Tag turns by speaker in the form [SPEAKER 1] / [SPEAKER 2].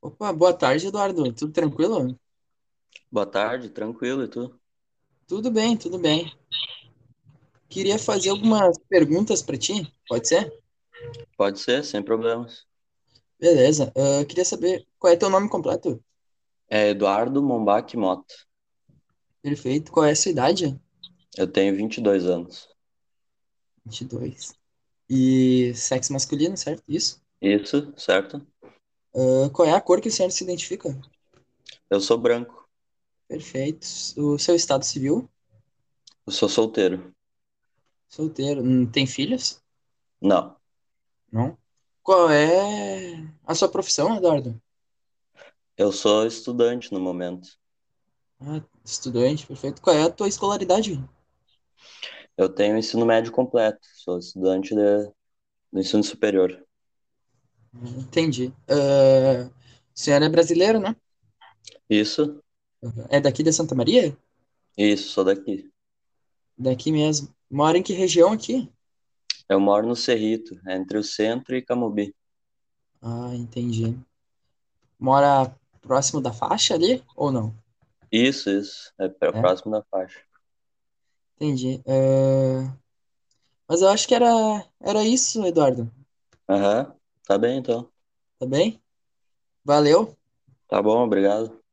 [SPEAKER 1] Opa, boa tarde, Eduardo. Tudo tranquilo?
[SPEAKER 2] Boa tarde, tranquilo, e tu?
[SPEAKER 1] Tudo bem, tudo bem. Queria fazer algumas perguntas para ti, pode ser?
[SPEAKER 2] Pode ser, sem problemas.
[SPEAKER 1] Beleza. Ah, queria saber qual é teu nome completo?
[SPEAKER 2] É Eduardo Mombac Mota.
[SPEAKER 1] Perfeito. Qual é a sua idade?
[SPEAKER 2] Eu tenho 22 anos.
[SPEAKER 1] 22. E sexo masculino, certo? Isso.
[SPEAKER 2] Isso, certo?
[SPEAKER 1] Ah, qual é a cor que o senhor se identifica?
[SPEAKER 2] Eu sou branco,
[SPEAKER 1] Perfeito. O seu estado civil?
[SPEAKER 2] eu sou solteiro.
[SPEAKER 1] Solteiro. Hum, Tem filhos?
[SPEAKER 2] Não,
[SPEAKER 1] Não. Qual é a sua profissão, Eduardo?
[SPEAKER 2] eu sou estudante no momento.
[SPEAKER 1] Ah, estudante, perfeito. Qual é a tua escolaridade?
[SPEAKER 2] Eu tenho ensino médio completo, sou estudante de- do ensino superior.
[SPEAKER 1] Entendi. Ah, o senhor é brasileiro, né?
[SPEAKER 2] Isso,
[SPEAKER 1] É daqui da Santa Maria?
[SPEAKER 2] isso, sou daqui.
[SPEAKER 1] Daqui mesmo. Mora em que região aqui?
[SPEAKER 2] Eu moro no Cerrito, entre o centro e Camobi.
[SPEAKER 1] Ah, entendi. Mora próximo da faixa ali ou não?
[SPEAKER 2] Isso, isso, é pra-
[SPEAKER 1] É,
[SPEAKER 2] próximo da faixa.
[SPEAKER 1] entendi. Ah, mas eu acho que era, era isso, Eduardo.
[SPEAKER 2] Aham, tá bem então.
[SPEAKER 1] Tá bem? Valeu.
[SPEAKER 2] Tá bom, obrigado.